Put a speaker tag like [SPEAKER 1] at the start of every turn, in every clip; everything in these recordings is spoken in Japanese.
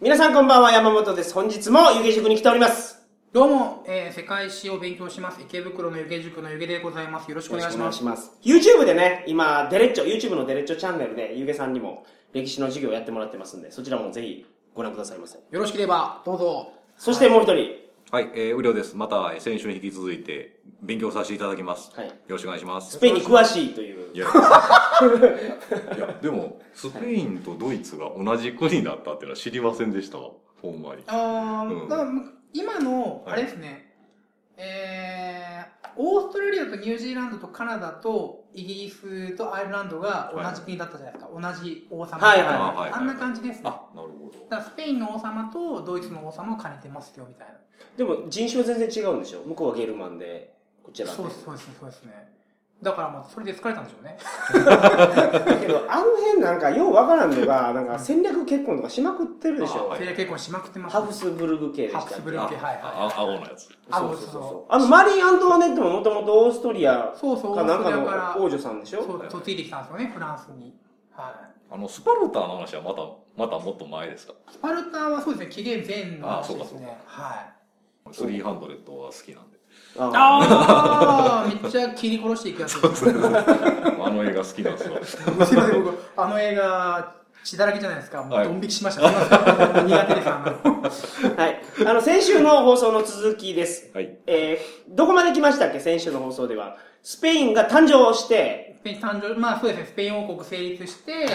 [SPEAKER 1] 皆さんこんばんは、山本です。本日も湯気塾に来ております。
[SPEAKER 2] どうも、えー、世界史を勉強します。池袋の湯気塾の湯気でございます。よろしくお願いします。
[SPEAKER 1] ます。YouTube でね、今、デレッチョ、YouTube のデレッチョチャンネルで、ゆうげさんにも歴史の授業をやってもらってますんで、そちらもぜひご覧くださいませ。
[SPEAKER 2] よろしければ、どうぞ。
[SPEAKER 1] そしてもう一人、
[SPEAKER 3] はい、えー、雨量です。また、えー先週に引き続いて、勉強させていただきます。
[SPEAKER 1] はい
[SPEAKER 3] よろしくお願いしま
[SPEAKER 1] ス
[SPEAKER 3] す。
[SPEAKER 1] ペインに詳しいという。
[SPEAKER 3] いや、 いや、でも、スペインとドイツが同じ国だったっていうのは知りませんでしたわ。ほんまに。
[SPEAKER 2] あー、
[SPEAKER 3] うん
[SPEAKER 2] だから今の、
[SPEAKER 3] はい
[SPEAKER 2] あれですね、えー、オーストラリアとニュージーランドとカナダとイギリスとアイルランドが同じ国だったじゃないですか。同じ王様。
[SPEAKER 1] はいはい
[SPEAKER 3] はいはい
[SPEAKER 2] あんな感じですね。だか
[SPEAKER 3] あ、なるほど。
[SPEAKER 2] らスペインの王様とドイツの王様を兼ねてますよ、みたいな。
[SPEAKER 1] でも人種は全然違うんでしょ向こうはゲルマンで、こっちら
[SPEAKER 2] そうです、そうです、そうですね。だからまあ、それで疲れたんでしょうね。
[SPEAKER 1] だけど、あの辺なんかようわからんのが、なんか戦略結婚とかしまくってるでし
[SPEAKER 3] あ
[SPEAKER 1] ょ、
[SPEAKER 3] はい
[SPEAKER 2] それで結婚しまくってます。
[SPEAKER 1] ハブスブルグ系でしたっ
[SPEAKER 2] ハブスブ
[SPEAKER 1] け
[SPEAKER 2] ルグ
[SPEAKER 3] あ、
[SPEAKER 2] はいはい
[SPEAKER 3] あ、青のやつ。
[SPEAKER 2] あ
[SPEAKER 1] そうそうそ
[SPEAKER 2] そう
[SPEAKER 1] う
[SPEAKER 2] そうそう
[SPEAKER 1] そう。あの、マリー・アントワネットももともとオーストリア
[SPEAKER 2] そうそう、
[SPEAKER 1] かなんか
[SPEAKER 2] それから
[SPEAKER 1] の王女さんでしょ
[SPEAKER 2] そう、そうついてきたんですよね、フランスに。は
[SPEAKER 3] あの、スパルタの話はまた、またもっと前ですか
[SPEAKER 2] い。スパルタはそうですね、紀元前の
[SPEAKER 3] あ
[SPEAKER 2] 話
[SPEAKER 3] そう
[SPEAKER 2] で
[SPEAKER 3] か
[SPEAKER 2] す
[SPEAKER 3] そう
[SPEAKER 2] ね。はい。
[SPEAKER 3] ?300 は好きなんで。
[SPEAKER 1] あ
[SPEAKER 2] ああめっちゃ切り殺していくやつ。すいません、
[SPEAKER 3] あの映画好きなんですわ。
[SPEAKER 2] 僕、あの映画、血だらけじゃないですか。も
[SPEAKER 3] は
[SPEAKER 2] う
[SPEAKER 3] い
[SPEAKER 2] ドン引きしました。すいません苦手です、あ の。
[SPEAKER 1] はい。あの、先週の放送の続きです。
[SPEAKER 3] はい。
[SPEAKER 1] えー、どこまで来ましたっけ先週の放送では。スペインが誕生して、
[SPEAKER 2] スペイン誕生、まあそうですね、スペイン王国成立して、
[SPEAKER 1] い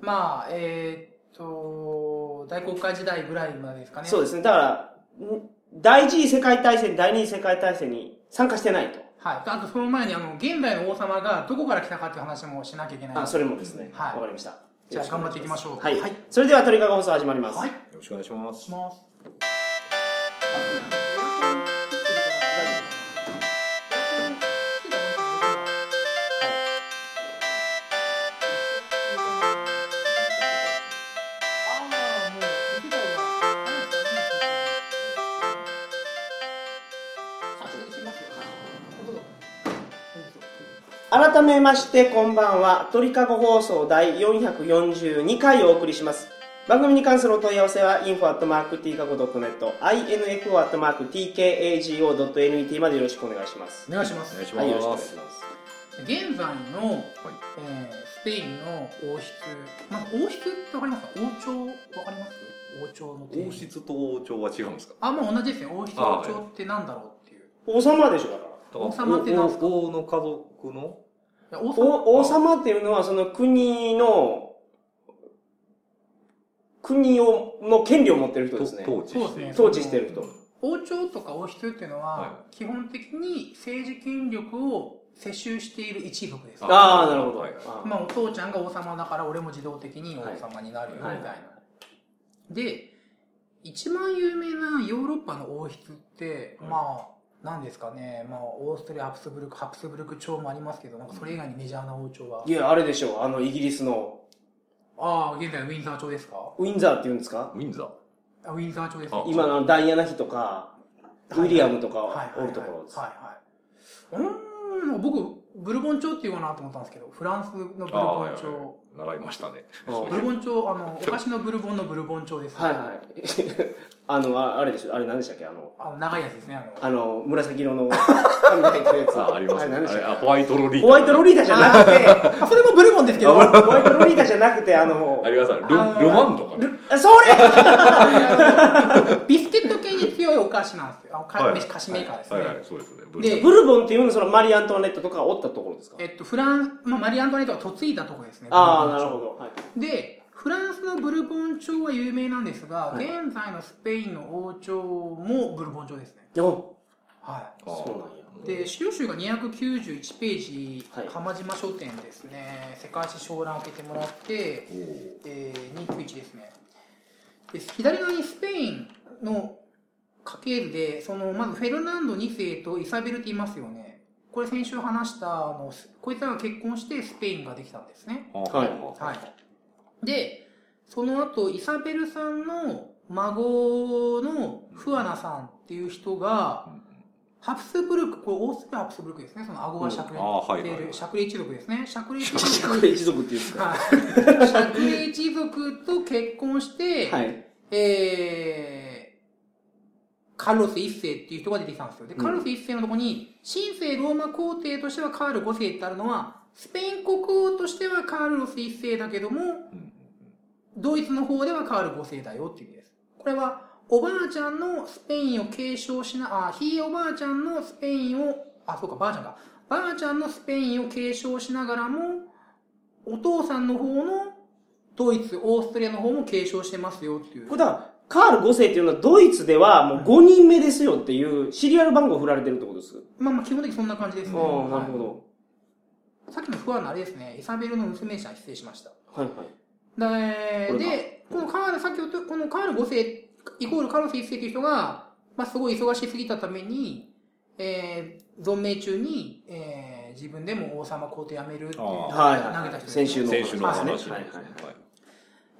[SPEAKER 2] まあ、えーっと、大航海時代ぐらいまでですかね。
[SPEAKER 1] そう
[SPEAKER 2] で
[SPEAKER 1] ですね。だから、ん第一次世界大戦、第二次世界大戦に参加してないと。
[SPEAKER 2] す。はい。あとその前に、あの、現代の王様がどこから来たかっていう話もしなきゃいけない。
[SPEAKER 1] あ、それもですね。わ、
[SPEAKER 2] はい
[SPEAKER 1] かりました。
[SPEAKER 2] じゃあ頑張っていきましょう
[SPEAKER 1] はい。
[SPEAKER 2] はい
[SPEAKER 1] それでは、トリカゴ放送始まります。
[SPEAKER 2] はい。
[SPEAKER 3] よろしくお願いします。
[SPEAKER 2] ます。
[SPEAKER 1] 改めましてこんばんは鳥かご放送第442回をお送りします番組に関するお問い合わせは info.tkago.net info.tkago.net までよろしくお願いします
[SPEAKER 2] お願いしま
[SPEAKER 3] お
[SPEAKER 2] す
[SPEAKER 3] 願いし
[SPEAKER 1] はいよろしくお願い
[SPEAKER 3] ます
[SPEAKER 1] し。ます
[SPEAKER 2] 現在の、
[SPEAKER 3] はい
[SPEAKER 2] えースペインの王室まず王室ってわかりますか王朝わかります王朝の定義
[SPEAKER 3] 王室と王朝は違うんですか
[SPEAKER 2] あもう同じですね王室
[SPEAKER 3] あ
[SPEAKER 2] 王
[SPEAKER 3] はい
[SPEAKER 2] 朝ってなんだろうっていう
[SPEAKER 1] 王様でしょだか
[SPEAKER 2] 王様ってなんすか
[SPEAKER 3] 王王の家族の
[SPEAKER 2] いや王
[SPEAKER 1] ら
[SPEAKER 2] 様
[SPEAKER 1] お王様っていうのはその国の国をの権利を持ってる人ですね
[SPEAKER 3] と統治している
[SPEAKER 2] そう
[SPEAKER 1] 統治してる人
[SPEAKER 2] 王朝とか王室っていうのは、
[SPEAKER 3] は
[SPEAKER 2] 基本的に政治権力を世襲している一族です
[SPEAKER 3] あ
[SPEAKER 1] ああなるほど、
[SPEAKER 3] はいはい
[SPEAKER 1] あー
[SPEAKER 2] まあ、お父ちゃんが王様だから俺も自動的に王様になるよみたいな、
[SPEAKER 1] は
[SPEAKER 2] で一番有名なヨーロッパの王室って、
[SPEAKER 3] はい
[SPEAKER 2] まあなんですかね、まあ、オーストリアハプスブルクハプスブルク朝もありますけどなんかそれ以外にメジャーな王朝は、
[SPEAKER 1] いやあれでしょうあのイギリスの
[SPEAKER 2] ああ現在のウィンザー朝ですか
[SPEAKER 1] ウィンザーっていうんですか
[SPEAKER 3] ウィンザー
[SPEAKER 2] あウィンザー朝です
[SPEAKER 3] あ
[SPEAKER 1] 今のダイアナ妃とか、ウィリアムと
[SPEAKER 2] はい
[SPEAKER 1] か
[SPEAKER 2] はい
[SPEAKER 1] お
[SPEAKER 2] はい
[SPEAKER 1] るところです。
[SPEAKER 2] はいはい。うーん、なんか僕、ブルボン朝っていうかなと思ったんですけど、フランスのブルボン
[SPEAKER 3] ああはいはい
[SPEAKER 2] 朝。
[SPEAKER 3] 習いましたね
[SPEAKER 1] うん
[SPEAKER 2] ブルボン朝、あの、お菓子のブルボンのブルボン朝です、
[SPEAKER 1] はいはい。 あの、ああれでしょ、あれ何でしたっけあの、
[SPEAKER 2] あの、長いやつですね、あの。
[SPEAKER 1] あの、紫色 の髪の毛のやつ。
[SPEAKER 3] ああります
[SPEAKER 1] れ
[SPEAKER 3] ねあ
[SPEAKER 1] 何でし
[SPEAKER 3] れ
[SPEAKER 1] た
[SPEAKER 3] あ
[SPEAKER 1] っ
[SPEAKER 3] ホワイトロリ
[SPEAKER 1] け
[SPEAKER 3] ー
[SPEAKER 1] ホワイトロ
[SPEAKER 3] リ
[SPEAKER 1] リータじゃなくて、
[SPEAKER 2] あそれもブルボンですけど、
[SPEAKER 1] ホ
[SPEAKER 2] あの
[SPEAKER 1] ワイトロリータじゃなくて、あの
[SPEAKER 3] あ、りがとうございま
[SPEAKER 2] あ
[SPEAKER 3] す
[SPEAKER 2] ー
[SPEAKER 3] ルルマンドかね
[SPEAKER 1] あそれ
[SPEAKER 2] ビスケット系に強いお菓子なんですよ。あの、か
[SPEAKER 3] はい
[SPEAKER 2] 菓子メーカーですね。
[SPEAKER 3] はいはいそうですね
[SPEAKER 2] で
[SPEAKER 1] ブルボンっていうのそのマリー・アントワネットとかがおったところですか
[SPEAKER 2] えっと、フランス、まあ、マリーアントワネットが嫁いだとこですね。
[SPEAKER 1] ああ、
[SPEAKER 2] ブル
[SPEAKER 1] な
[SPEAKER 2] ボン朝
[SPEAKER 1] るほど。はい
[SPEAKER 2] で、フランスのブルボン朝は有名なんですが、
[SPEAKER 1] はい
[SPEAKER 2] 現在のスペインの王朝もブルボン朝ですね。
[SPEAKER 1] よ
[SPEAKER 2] はい。
[SPEAKER 3] あー
[SPEAKER 1] そうなんや
[SPEAKER 2] で、資料集が291ページ、
[SPEAKER 1] はい
[SPEAKER 2] 浜島書店ですね、世界史小覧開けてもらって、
[SPEAKER 3] おー
[SPEAKER 2] えー、291ですね。で左側にスペインの家系図で、その、まずフェルナンド2世とイサベルっていますよね。これ先週話した、あの、すこいつらが結婚してスペインができたんですね。
[SPEAKER 3] あー
[SPEAKER 1] はい
[SPEAKER 2] はい。で、その後、イサベルさんの孫のフアナさんっていう人が、ハプスブルク、これオーストリアハプスブルクですね。その顎がしゃくれ
[SPEAKER 3] うんあーはい
[SPEAKER 2] て
[SPEAKER 3] はいは
[SPEAKER 2] る、
[SPEAKER 3] い
[SPEAKER 2] しゃくれ一族ですね。しゃくれ一族。
[SPEAKER 1] い。これ一族っていうんですか
[SPEAKER 2] はい。しゃくれ一族と結婚して、
[SPEAKER 1] はい。
[SPEAKER 2] えー、カルロス一世っていう人が出てきたんですよ。で、カルロス一世のとこに、新生ローマ皇帝としてはカール五世ってあるのは、スペイン国王としてはカールロス一世だけども、
[SPEAKER 3] うん
[SPEAKER 2] ドイツの方ではカール五世だよっていう意味です。これは、おばあちゃんのスペインを継承しな、あ、ひいおばあちゃんのスペインを、あ、そうか、ばあちゃんか。ばあちゃんのスペインを継承しながらも、お父さんの方のドイツ、オーストリアの方も継承してますよっていう。
[SPEAKER 1] 普段、カール5世っていうのはドイツではもう5人目ですよっていうシリアル番号振られてるってことです。
[SPEAKER 2] まあまあ基本的にそんな感じですね。
[SPEAKER 1] あ
[SPEAKER 2] は
[SPEAKER 1] あ、
[SPEAKER 2] い
[SPEAKER 1] なるほど。
[SPEAKER 2] さっきの不安のあれですね、イサベルの娘者失礼しました。
[SPEAKER 1] はいはい。
[SPEAKER 2] で、
[SPEAKER 1] これが
[SPEAKER 2] でこのカール、さっき言った、このカール5世、イコールカールス1世という人が、まあすごい忙しすぎたために、えー、存命中に、えー、自分でも王様皇帝辞めるっていう、
[SPEAKER 3] あ
[SPEAKER 1] はい
[SPEAKER 2] 投げ
[SPEAKER 1] は
[SPEAKER 2] た
[SPEAKER 1] い。
[SPEAKER 2] 人
[SPEAKER 1] 先週の
[SPEAKER 3] 先週の話
[SPEAKER 1] ね
[SPEAKER 3] ですね。
[SPEAKER 1] はい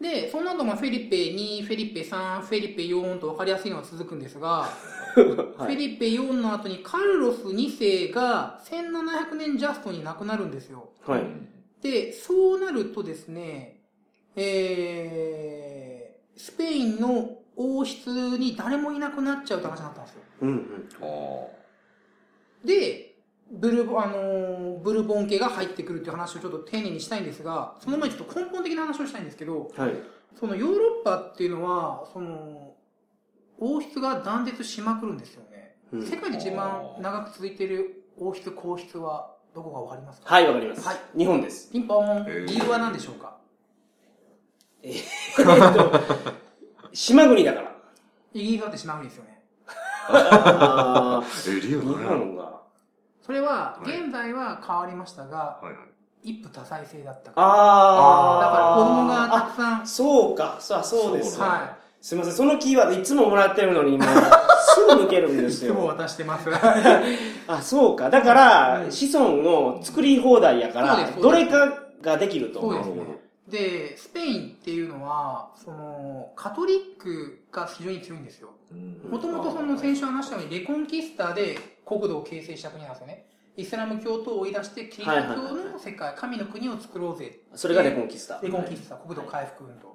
[SPEAKER 2] で、その後、まあ、フェリペ2、フェリペ3、フェリペ4と分かりやすいのが続くんで すが、
[SPEAKER 1] はい
[SPEAKER 2] フェリペ4の後にカルロス2世が1700年ジャストに亡くなるんですよ。
[SPEAKER 1] はい。はい。
[SPEAKER 2] で、そうなるとですね、えー、スペインの王室に誰もいなくなっちゃうって話になったんですよ。
[SPEAKER 1] うんうん。
[SPEAKER 3] ああ。
[SPEAKER 2] で、ブルボ、あのーブルボン家が入ってくるっていう話をちょっと丁寧にしたいんですが、その前にちょっと根本的な話をしたいんですけど、
[SPEAKER 1] はい。
[SPEAKER 2] そのヨーロッパっていうのは、その、王室が断絶しまくるんですよね。
[SPEAKER 1] うん
[SPEAKER 2] 世界で一番長く続いている王室、皇室はどこかわかりますか
[SPEAKER 1] はい、わかります。
[SPEAKER 2] はい
[SPEAKER 1] 日本です。
[SPEAKER 2] ピンポーン、
[SPEAKER 3] えー
[SPEAKER 2] 理由は何でしょうか
[SPEAKER 1] えっと島国だから。
[SPEAKER 2] イギリスだって島国ですよね。
[SPEAKER 1] あー
[SPEAKER 3] え、理由
[SPEAKER 1] 日
[SPEAKER 3] 何やろ
[SPEAKER 1] 本が。
[SPEAKER 2] それは、
[SPEAKER 3] はい
[SPEAKER 2] 現在は変わりましたが、
[SPEAKER 3] はいはい。
[SPEAKER 2] 一夫多妻制だったから。だ
[SPEAKER 1] あ
[SPEAKER 2] から子供
[SPEAKER 1] あ
[SPEAKER 2] がたくさん、
[SPEAKER 1] そうか、そうあそうです
[SPEAKER 3] そう
[SPEAKER 1] か。
[SPEAKER 3] だ
[SPEAKER 2] は
[SPEAKER 1] すみません、そのキーワードいつももらってる のに、今、すぐ抜けるんで
[SPEAKER 2] い、
[SPEAKER 1] す
[SPEAKER 2] いつも
[SPEAKER 1] よ。
[SPEAKER 2] 渡してます。は
[SPEAKER 1] あ、そうか。だから、
[SPEAKER 2] うん
[SPEAKER 1] 子孫を作り放題やか
[SPEAKER 2] そうで
[SPEAKER 1] ら、
[SPEAKER 2] す
[SPEAKER 1] どれかができる
[SPEAKER 2] そう
[SPEAKER 1] と。
[SPEAKER 2] ですね。で、スペインっていうのは、その、カトリックが非常に強いんですよ。もともとその先週話したように、レコンキスタで国土を形成した国なんですよね。イスラム教徒を追い出して、キリスト教の世界、神の国を作ろうぜ
[SPEAKER 1] それがレコンキスタ。
[SPEAKER 2] レコンキスタ、国土回復運動。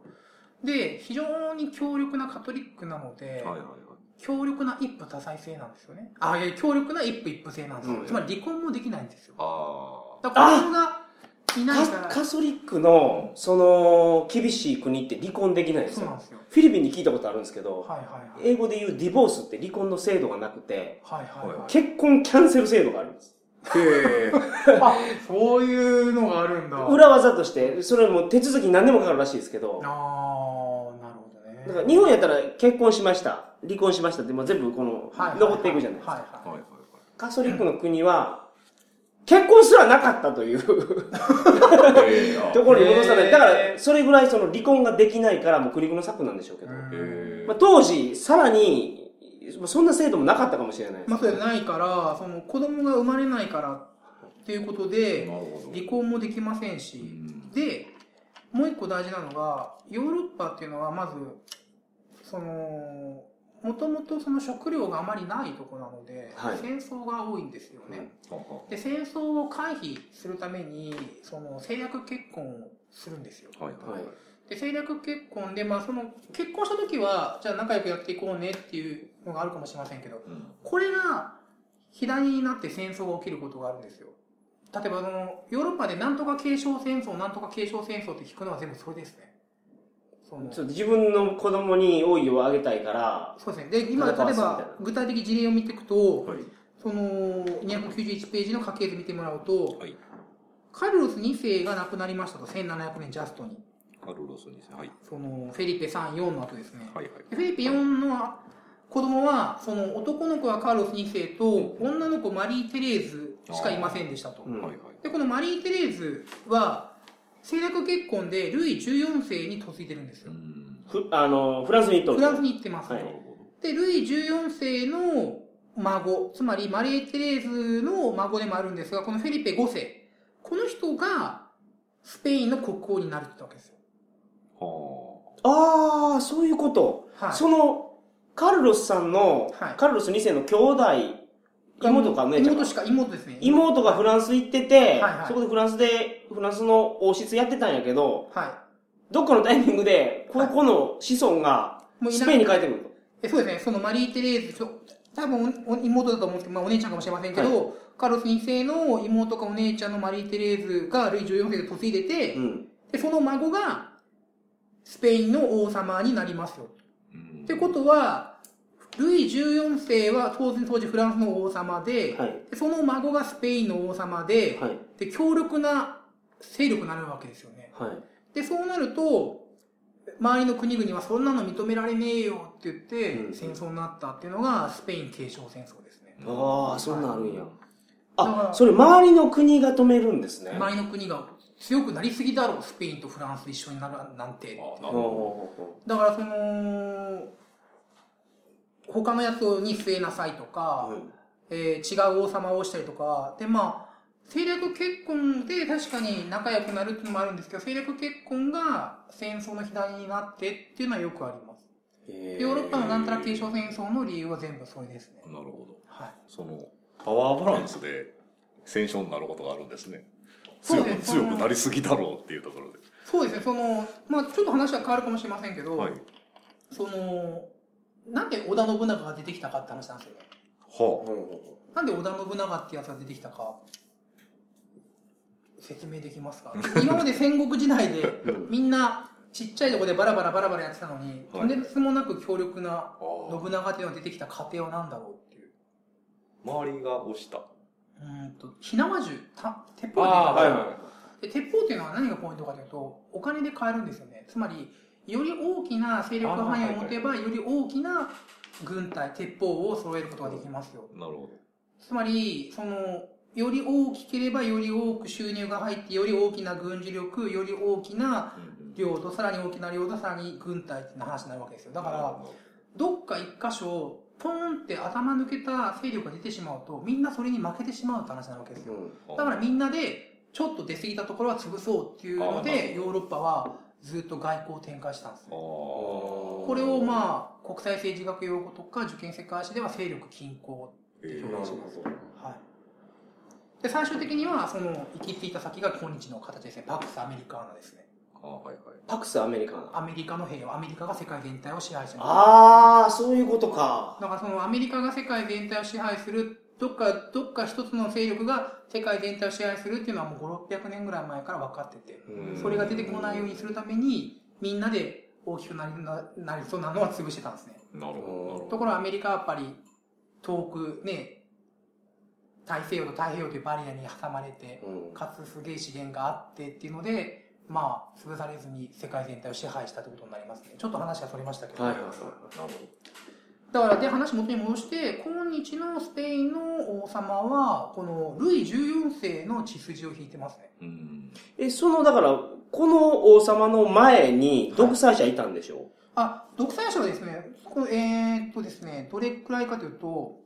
[SPEAKER 2] で、非常に強力なカトリックなので、
[SPEAKER 3] はいはいはい。
[SPEAKER 2] 強力な一夫多妻制なんですよね。あ、いや、強力な一夫一夫制なんですよ。
[SPEAKER 1] うん
[SPEAKER 2] つまり離婚もできないんですよ。
[SPEAKER 3] あ
[SPEAKER 2] だから子供がいないか
[SPEAKER 1] カ
[SPEAKER 2] ら、
[SPEAKER 1] カソリックの、その、厳しい国って離婚できないんです
[SPEAKER 2] そうな
[SPEAKER 1] よ
[SPEAKER 2] ん。ですよ。
[SPEAKER 1] フィリピンに聞いたことあるんですけど、
[SPEAKER 2] はいはいはい。
[SPEAKER 1] 英語で言うディボースって離婚の制度がなくて、
[SPEAKER 2] はいはいはい。
[SPEAKER 1] 結婚キャンセル制度があるんです。
[SPEAKER 3] あ。へえ。
[SPEAKER 2] あ、そういうのがあるんだ。あ
[SPEAKER 1] 裏技として、それも手続き何でもかかるらしいですけど
[SPEAKER 2] あー、、なるほどね。
[SPEAKER 1] だから日本やったら結婚しました、離婚しましたってもう全部この、
[SPEAKER 2] はいはいはい
[SPEAKER 1] 残っていくじゃないです
[SPEAKER 2] はい
[SPEAKER 1] か。
[SPEAKER 3] はいはい
[SPEAKER 2] は
[SPEAKER 3] はい。
[SPEAKER 1] カソリックの国は、結婚すらなかったという
[SPEAKER 3] へー
[SPEAKER 1] ところに戻さな
[SPEAKER 2] へ
[SPEAKER 1] い。
[SPEAKER 2] ー
[SPEAKER 1] だから、それぐらいその離婚ができないから、もう苦肉の策なんでしょうけど。
[SPEAKER 2] い。うん
[SPEAKER 3] へえ
[SPEAKER 1] まあ、当時、さらに、もうそんな制度もなかったかもしれないです。
[SPEAKER 2] まあ、それないから、その子供が生まれないからっていうことで、
[SPEAKER 3] なるほど。
[SPEAKER 2] 離婚もできません
[SPEAKER 3] う
[SPEAKER 2] し、
[SPEAKER 3] ん
[SPEAKER 2] でもう一個大事なのがヨーロッパっていうのはまずそのもともとその食料があまりないとこなので、
[SPEAKER 1] はい
[SPEAKER 2] 戦争が多いんですよね、
[SPEAKER 3] はは
[SPEAKER 2] で戦争を回避するためにその政略結婚をするんですよ
[SPEAKER 3] はい
[SPEAKER 1] はい
[SPEAKER 2] で政略結婚で、まあ、その結婚した時はじゃあ仲良くやっていこうねっていうのがあるかもしれませんけど
[SPEAKER 3] うん
[SPEAKER 2] これが火種になって戦争が起きることがあるんですよ例えばそのヨーロッパでなんとか継承戦争なんとか継承戦争って聞くのは全部それですねその
[SPEAKER 1] ちょっと自分の子供に王位をあげたいから、
[SPEAKER 2] そうですねで今例
[SPEAKER 1] 戦わ
[SPEAKER 2] え
[SPEAKER 1] すみたいな
[SPEAKER 2] ば具体的事例を見ていくと、
[SPEAKER 3] はい
[SPEAKER 2] その291ページの家系図見てもらうと
[SPEAKER 3] はい。
[SPEAKER 2] カルロス2世が亡くなりましたと1700年ジャストに
[SPEAKER 3] カルロスにはい。
[SPEAKER 2] そのフェリペ34の後ですね、
[SPEAKER 3] はいはい。
[SPEAKER 2] でフェリペ4の子供はその男の子はカーロス2世と女の子マリー・テレーズしかいませんでしたと
[SPEAKER 1] うん
[SPEAKER 3] はいはい。
[SPEAKER 2] でこのマリー・テレーズは政略結婚でルイ14世に嫁いでるんです
[SPEAKER 3] う
[SPEAKER 2] よ
[SPEAKER 3] ん。
[SPEAKER 1] ふあの、フランスに行っとる。
[SPEAKER 2] フランスに行ってます、
[SPEAKER 1] はい
[SPEAKER 3] なるほ
[SPEAKER 2] でルイ14世の孫つまりマリー・テレーズの孫でもあるんですがこのフェリペ5世この人がスペインの国王になるってわけですよ、
[SPEAKER 3] ど。
[SPEAKER 1] ああ、そういうこと。
[SPEAKER 2] はい、
[SPEAKER 1] その、カルロスさんの、
[SPEAKER 2] はい
[SPEAKER 1] カルロス2世の兄弟、妹か姉ちゃんか
[SPEAKER 2] 妹しか妹ですね
[SPEAKER 1] 妹がフランス行ってて、
[SPEAKER 2] はいはい
[SPEAKER 1] そこでフランスで、フランスの王室やってたんやけど、
[SPEAKER 2] は
[SPEAKER 1] どっかのタイミングで、ここの子孫が、
[SPEAKER 2] いもうい
[SPEAKER 1] ス
[SPEAKER 2] な
[SPEAKER 1] ペインに帰ってくる
[SPEAKER 2] えそうですね、そのマリー・テレーズ、ちょ多分おお妹だと思うんですけど、まあ、お姉ちゃんかもしれませんけど、カロス2世の妹かお姉ちゃんのマリー・テレーズがルイ14世で嫁いでて、
[SPEAKER 1] と。うん。
[SPEAKER 2] で、その孫がスペインの王様になりますよ。
[SPEAKER 3] うん
[SPEAKER 2] ってことは、ルイ14世は当然当時フランスの王様で、
[SPEAKER 1] はい
[SPEAKER 2] でその孫がスペインの王様で、
[SPEAKER 1] はい。
[SPEAKER 2] で強力な勢力になるわけですよね。
[SPEAKER 1] はい。
[SPEAKER 2] で、そうなると、周りの国々はそんなの認められねえよって言って、
[SPEAKER 1] うん
[SPEAKER 2] 戦争になったっていうのがスペイン継承戦争ですね。
[SPEAKER 1] ああ、そんなんあるんや。
[SPEAKER 2] だか
[SPEAKER 1] あ、
[SPEAKER 2] ら
[SPEAKER 1] それ周りの国が止めるんですね。
[SPEAKER 2] 周りの国が強くなりすぎだろう、スペインとフランス一緒になるなんて。
[SPEAKER 3] あ
[SPEAKER 1] ほ
[SPEAKER 3] な
[SPEAKER 1] う
[SPEAKER 3] るほ
[SPEAKER 1] ほうほうほ
[SPEAKER 2] だからその、他のやつに据えなさいとか
[SPEAKER 1] う、うん
[SPEAKER 2] えー違う王様をしたりとか、でまあ、政略結婚で確かに仲良くなるっていうのもあるんですけど、政略結婚が戦争の火種になってっていうのはよくあります。
[SPEAKER 1] へ
[SPEAKER 2] ヨーロッパのなんたら継承戦争の理由は全部それですね。
[SPEAKER 3] どなるほど
[SPEAKER 2] はい。
[SPEAKER 3] そのパワーバランスで戦勝になることがあるんですね
[SPEAKER 2] そ
[SPEAKER 3] 強
[SPEAKER 2] うで
[SPEAKER 3] く
[SPEAKER 2] す
[SPEAKER 3] 強くなりすぎだろうっていうところで
[SPEAKER 2] そうですね、その、まあちょっと話は変わるかもしれませんけど、
[SPEAKER 3] はい
[SPEAKER 2] その、なんで織田信長が出てきたかって話なんですよね。
[SPEAKER 1] ほうほ
[SPEAKER 3] は
[SPEAKER 1] うほ
[SPEAKER 2] なんで織田信長ってやつが出てきたか、説明できます か今まで戦国時代で、みんなちっちゃいとこでバラバラバラバラやってたのに、
[SPEAKER 3] はい
[SPEAKER 2] とんでつもなく強力な
[SPEAKER 3] あー
[SPEAKER 2] 信長っていうのが出てきた過程は何だろうっていう。
[SPEAKER 3] 周りが押した
[SPEAKER 2] うーんと、火縄銃、た鉄
[SPEAKER 3] あ
[SPEAKER 2] 砲
[SPEAKER 3] あはい
[SPEAKER 2] い
[SPEAKER 3] は
[SPEAKER 2] で鉄砲っていうのは何がポイントかというとお金で買えるんですよねつまりより大きな勢力範囲を持てばより大きな軍隊鉄砲を揃えることができますよ
[SPEAKER 3] いなるほ
[SPEAKER 2] つまりそのより大きければより多く収入が入ってより大きな軍事力より大きな
[SPEAKER 3] ど、うんうん
[SPEAKER 2] 領土さらに大きな領土さらに軍隊っていう話になるわけですよだからどっか一箇所ポンって頭抜けた勢力が出てしまうとみんなそれに負けてしまうって話になるわけですよ
[SPEAKER 1] ううん
[SPEAKER 2] だからみんなで、ちょっと出過ぎたところは潰そうっていうの
[SPEAKER 3] あーなる
[SPEAKER 2] で、
[SPEAKER 3] ほど
[SPEAKER 2] ヨーロッパはずっと外交を展開したんですね。こ
[SPEAKER 3] こ
[SPEAKER 2] れをまあ、国際政治学用語とか受験世界史では勢力均衡。
[SPEAKER 3] え
[SPEAKER 1] なるほ
[SPEAKER 2] はい。で、最終的にはその行き着いた先が今日の形ですね。パクス・アメリカーナですね。
[SPEAKER 3] ああはいはい
[SPEAKER 1] ど。パクスアメリカン。
[SPEAKER 2] アメリカの平和、アメリカが世界全体を支配してます。
[SPEAKER 1] ああ、そういうことか。
[SPEAKER 2] だからそのアメリカが世界全体を支配する、どっか、どっか一つの勢力が世界全体を支配するっていうのはもう5、600年ぐらい前から分かってて。
[SPEAKER 1] うん
[SPEAKER 2] それが出てこないようにするために、みんなで大きくなりななりそうなのは潰してたんですね。
[SPEAKER 3] なるほどなるほ
[SPEAKER 2] と
[SPEAKER 3] ど
[SPEAKER 2] ころがアメリカはやっぱり、遠くね、大西洋と太平洋というバリアに挟まれて、
[SPEAKER 1] うん
[SPEAKER 2] かつすげえ資源があってっていうので、まあ、潰されずに世界全体を支配したということになりますね。ちょっと話がそれましたけど。
[SPEAKER 1] はいはいはい
[SPEAKER 3] なるほ
[SPEAKER 2] だから、で、話元に戻して、今日のスペインの王様は、このルイ14世の血筋を引いてますね。
[SPEAKER 3] どうん
[SPEAKER 1] え、その、だから、この王様の前に独裁者いたんでしょ、
[SPEAKER 2] あ、独裁者はですね、このえーっとですね、どれくらいかというと、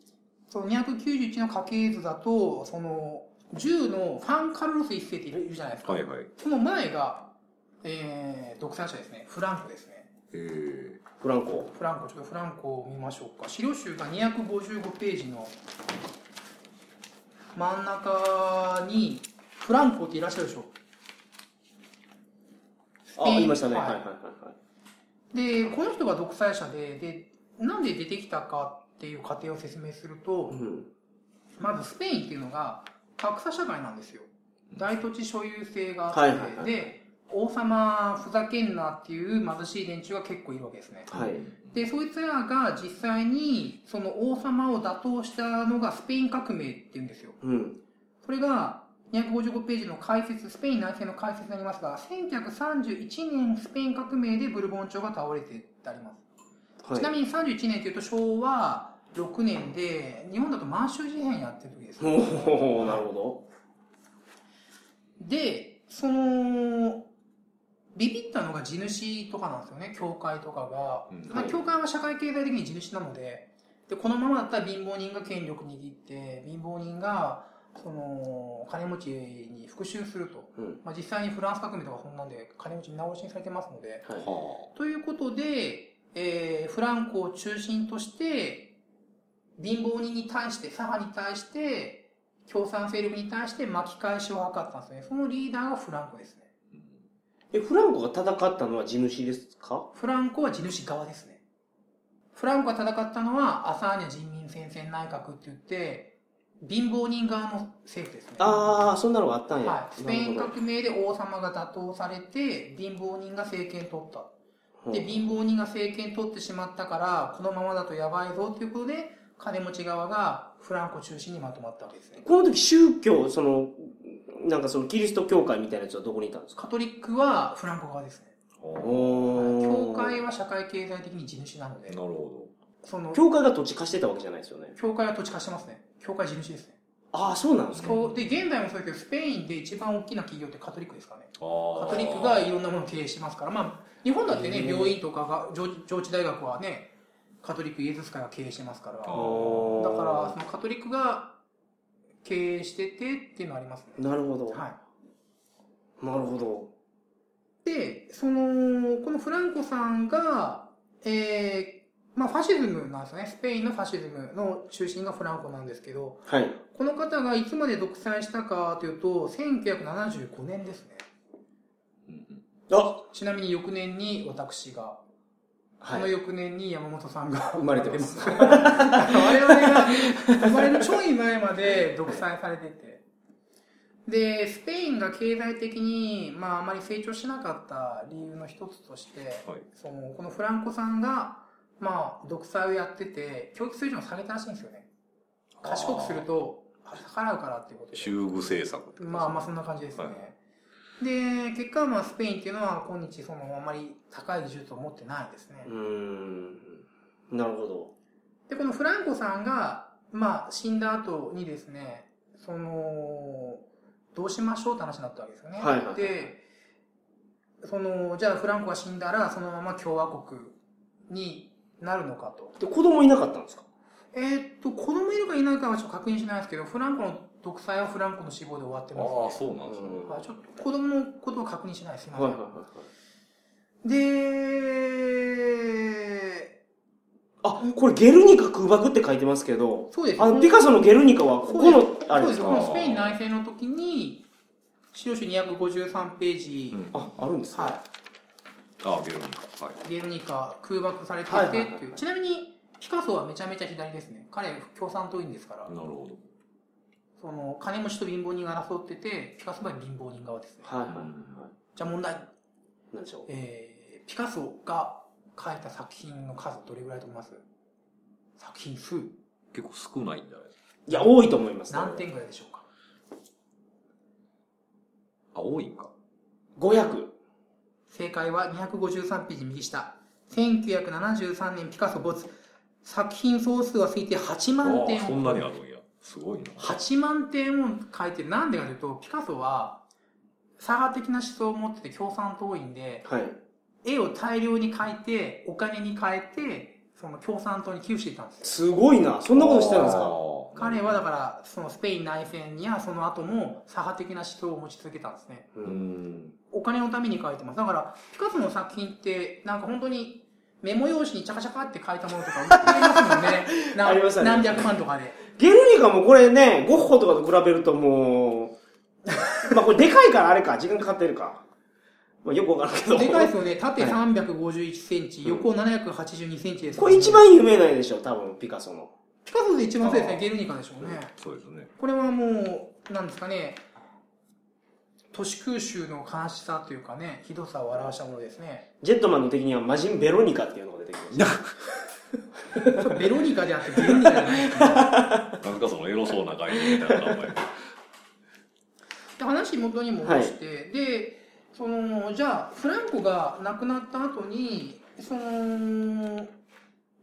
[SPEAKER 2] その291の家系図だと、その、10のファン・カルロス一世っているじゃないですか。
[SPEAKER 3] はいはい
[SPEAKER 2] その前が、えー、独裁者ですね、フランコですね。
[SPEAKER 3] えー
[SPEAKER 1] フランコ。
[SPEAKER 2] フランコ、ちょっとフランコを見ましょうか。資料集が255ページの真ん中に、フランコっていらっしゃるでしょ。
[SPEAKER 1] あ、
[SPEAKER 2] えー
[SPEAKER 1] いましたね。
[SPEAKER 2] は
[SPEAKER 1] はいいはいはい
[SPEAKER 2] で、この人が独裁者で、で、なんで出てきたかっていう過程を説明すると、
[SPEAKER 1] はい。うん。
[SPEAKER 2] まずスペインっていうのが格差社会なんですよ。大土地所有制があって、
[SPEAKER 1] はいはいはい
[SPEAKER 2] で、王様ふざけんなっていう貧しい連中が結構いるわけですね。
[SPEAKER 1] はい。
[SPEAKER 2] で、そいつらが実際にその王様を打倒したのがスペイン革命って言うんですよ。
[SPEAKER 1] うん。
[SPEAKER 2] それが255ページの解説、スペイン内戦の解説になりますが、1931年スペイン革命でブルボン朝が倒れてってあります。
[SPEAKER 1] は。
[SPEAKER 2] ちないみに31年というと昭和6年で、日本だと満州事変やってる時です。
[SPEAKER 1] おおなるほ
[SPEAKER 2] で、その、ビビったのが地主とかなんですよね、教会とかが。
[SPEAKER 3] うん
[SPEAKER 2] まあ
[SPEAKER 1] はい
[SPEAKER 2] 教会は社会経済的に地主なので、で、このままだったら貧乏人が権力握って、貧乏人が、その、金持ちに復讐すると。
[SPEAKER 1] ど。うん。
[SPEAKER 2] まあ、実際にフランス革命とかそんなんで、金持ち皆殺しにされてますので。
[SPEAKER 1] はい。
[SPEAKER 3] は
[SPEAKER 2] ということで、えーフランコを中心として、貧乏人に対して、左派に対して、共産勢力に対して巻き返しを図ったんですね。そのリーダーがフランコですね。
[SPEAKER 1] え、フランコが戦ったのは地主ですか
[SPEAKER 2] フランコは地主側ですね。フランコが戦ったのは、アサーニャ人民戦線内閣って言って、貧乏人側の政府ですね。
[SPEAKER 1] ああ、そんなのがあったんや。
[SPEAKER 2] はい、スペイン
[SPEAKER 1] なる
[SPEAKER 2] 革命で王様が打倒されて貧乏人が政権取った
[SPEAKER 1] ほど
[SPEAKER 2] で貧乏人が政権取ってしまったからこのままだとやばいぞということで金持ち側がフランコ中心にまとまったわけですね
[SPEAKER 1] この時宗教、その、なんかそのキリスト教会みたいなやつはどこにいたんですか
[SPEAKER 2] カトリックはフランコ側ですね教
[SPEAKER 1] 教
[SPEAKER 2] 会は社会経済的に地主なので
[SPEAKER 3] なるほ
[SPEAKER 2] その
[SPEAKER 1] 教会が土地貸してたわけじゃないですよね。
[SPEAKER 2] 教会は土地化してますね教会地主ですね
[SPEAKER 1] ああ、そうなんですか。
[SPEAKER 2] そうで現在もそうだけどスペインで一番大きな企業ってカトリックですからね
[SPEAKER 3] ど。あ
[SPEAKER 2] カ
[SPEAKER 3] ー
[SPEAKER 2] トリックがいろんなものを経営してますから、まあ、日本だって
[SPEAKER 1] へ
[SPEAKER 2] ね、
[SPEAKER 1] ー
[SPEAKER 2] 病院とかが、上上智大学はね、カトリックイエズス会が経営してますから、だ
[SPEAKER 3] あ
[SPEAKER 2] か
[SPEAKER 3] ー
[SPEAKER 2] ら、
[SPEAKER 1] おー
[SPEAKER 2] そのカトリックが経営しててっていうのはありますね。
[SPEAKER 1] なるほど。
[SPEAKER 2] は
[SPEAKER 1] なるほど。
[SPEAKER 2] い。で、その、このフランコさんが、えー、まあ、ファシズムなんですよね。スペインのファシズムの中心がフランコなんですけど、
[SPEAKER 1] はい。
[SPEAKER 2] この方がいつまで独裁したかというと、1975年ですね。
[SPEAKER 3] うんうん
[SPEAKER 1] あ
[SPEAKER 2] ちなみに翌年に私がこの
[SPEAKER 1] はい。
[SPEAKER 2] 翌年に山本さんが
[SPEAKER 1] 生まれてます
[SPEAKER 2] 生まれてます。我々が生まれるちょい前まで独裁されてて。で、スペインが経済的に、まあ、あまり成長しなかった理由の一つとして、
[SPEAKER 3] はい
[SPEAKER 2] その、このフランコさんが、まあ、独裁をやってて、教育水準を下げたらしいんですよね。賢くすると、逆らうからっていうことで。
[SPEAKER 3] 修具政策ってことですね
[SPEAKER 2] まあまあそんな感じですね。で、結果はまあスペインっていうのは今日そのあまり高い技術を持ってないですね。
[SPEAKER 1] うーん。なるほど。
[SPEAKER 2] で、このフランコさんが、まあ死んだ後にですね、その、どうしましょうって話になったわけですよね。
[SPEAKER 1] はいはいはい
[SPEAKER 2] で、その、じゃあフランコが死んだらそのまま共和国になるのかと。
[SPEAKER 1] で、子供いなかったんですか
[SPEAKER 2] えーっと、子供いるかいないかはちょっと確認しないですけど、フランコの独裁はフランコの死亡で終わってますね、
[SPEAKER 3] ああ、そうなんですね。
[SPEAKER 1] うん
[SPEAKER 2] はいちょっと子供のことを確認しないです。すいません。
[SPEAKER 1] はいはいはいはい。
[SPEAKER 2] で、
[SPEAKER 1] あ、これゲルニカ空爆って書いてますけど、
[SPEAKER 2] そうです。
[SPEAKER 1] あの、ピカソのゲルニカはここの、あ
[SPEAKER 2] そ
[SPEAKER 1] れ
[SPEAKER 2] う
[SPEAKER 1] で
[SPEAKER 2] で。
[SPEAKER 1] すす
[SPEAKER 2] この
[SPEAKER 1] か
[SPEAKER 2] スペイン内戦の時に、資料集253ページ、
[SPEAKER 3] うん
[SPEAKER 1] あ、あるんですか
[SPEAKER 2] は
[SPEAKER 3] ああ、ゲルニカ。はい。
[SPEAKER 2] い、ゲルニカ空爆されてて
[SPEAKER 1] はい
[SPEAKER 2] っ
[SPEAKER 1] は
[SPEAKER 2] て
[SPEAKER 1] い
[SPEAKER 2] い
[SPEAKER 1] は
[SPEAKER 2] う、
[SPEAKER 1] い
[SPEAKER 2] ちなみに、ピカソはめちゃめちゃ左ですね。彼、共産党員ですから、
[SPEAKER 3] なるほど。
[SPEAKER 2] その、金持ちと貧乏人が争ってて、ピカソは貧乏人側ですね。
[SPEAKER 1] はいはいは
[SPEAKER 2] じゃあ問題、
[SPEAKER 1] い。なんでしょう。
[SPEAKER 2] えー、ピカソが書いた作品の数、どれぐらいだと思います作品数、
[SPEAKER 3] 結構少ないんじゃないですか。
[SPEAKER 1] いや、多いと思います、
[SPEAKER 2] 何点ぐらいでしょうか
[SPEAKER 3] あ、多いんか。
[SPEAKER 1] ?500。
[SPEAKER 2] 正解は253ページ右下。1973年ピカソ没。作品総数は推定8
[SPEAKER 3] あ
[SPEAKER 2] 万
[SPEAKER 3] あ、
[SPEAKER 2] 点
[SPEAKER 3] そん
[SPEAKER 2] を。
[SPEAKER 3] なにあるんや。すごいな。
[SPEAKER 2] 8万点を書いてる。なんでかというと、ピカソは、左派的な思想を持ってて共産党員で、
[SPEAKER 1] はい。
[SPEAKER 2] 絵を大量に描いて、お金に変えて、その共産党に寄付していたんです
[SPEAKER 1] す
[SPEAKER 2] よ。
[SPEAKER 1] ごいな。そんなことしてたんですか
[SPEAKER 3] ああ
[SPEAKER 2] 彼はだから、そのスペイン内戦やその後も左派的な思想を持ち続けたんですね。
[SPEAKER 1] う
[SPEAKER 3] うー
[SPEAKER 1] ん。
[SPEAKER 3] ん。
[SPEAKER 2] お金のために書いてます。だから、ピカソの作品って、なんか本当に、メモ用紙にチャカチャカって書いたものとか売ってますもん ね。な
[SPEAKER 1] ありますあります
[SPEAKER 2] 何百万とかで。
[SPEAKER 1] ゲルニカもこれね、ゴッホとかと比べるとも う、まあこれでかいからあれか、時間かかってるか。まあよくわからんけど。
[SPEAKER 2] でかいですよね。縦351センチ、
[SPEAKER 1] うん
[SPEAKER 2] 横782センチです、
[SPEAKER 1] これ一。番有名なんでしょ、多分、ピカソの。
[SPEAKER 2] ピカソで一番そうです
[SPEAKER 3] あ
[SPEAKER 2] ね。
[SPEAKER 3] ー
[SPEAKER 2] ゲルニカでしょうね。
[SPEAKER 3] そうですね。
[SPEAKER 2] これはもう、なんですかね。都市空襲の悲しさというかね、ひどさを表したものですね。
[SPEAKER 1] ジェットマンの敵にはマジン・ベロニカっていうのが出てきました。
[SPEAKER 2] それベロニカであってゲルニカじゃないですね。
[SPEAKER 3] なんかそのエロそうな概念みたいな名前。
[SPEAKER 2] で話元に戻して、でそのじゃあフランコが亡くなった後にその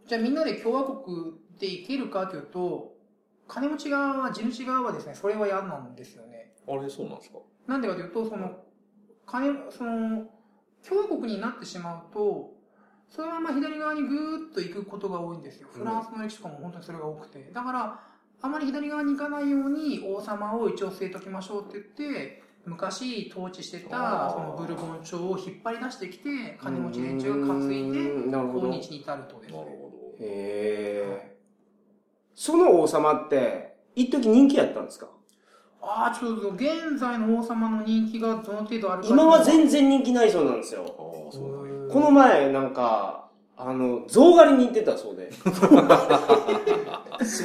[SPEAKER 2] じゃあみんなで共和国で行けるかというと金持ち側は地主側はですねそれは嫌なんですよね
[SPEAKER 3] あれ、そうなんですか
[SPEAKER 2] なんでかというとその金その共和国になってしまうとそのまま左側にぐーっと行くことが多いんですよ
[SPEAKER 1] うん
[SPEAKER 2] フランスの歴史とかも本当にそれが多くてだからあまり左側に行かないように王様を一応据えときましょうって言って昔統治してた
[SPEAKER 3] あー
[SPEAKER 2] そのブルボン朝を引っ張り出してきて金持ち連中が担いで
[SPEAKER 1] うんなるほ
[SPEAKER 2] 今
[SPEAKER 1] ど。
[SPEAKER 2] 日に至るとです
[SPEAKER 3] なる
[SPEAKER 2] ね
[SPEAKER 3] ほど。
[SPEAKER 1] へえ。その王様って、一時人気やったんですか
[SPEAKER 2] ああちょっと現在の王様の人気がどの程度あるか
[SPEAKER 1] 今は全然人気ないそうなんですよ。
[SPEAKER 3] ああ、そうなんや。
[SPEAKER 1] この前、なんか、あの、象狩りに行ってたそうで。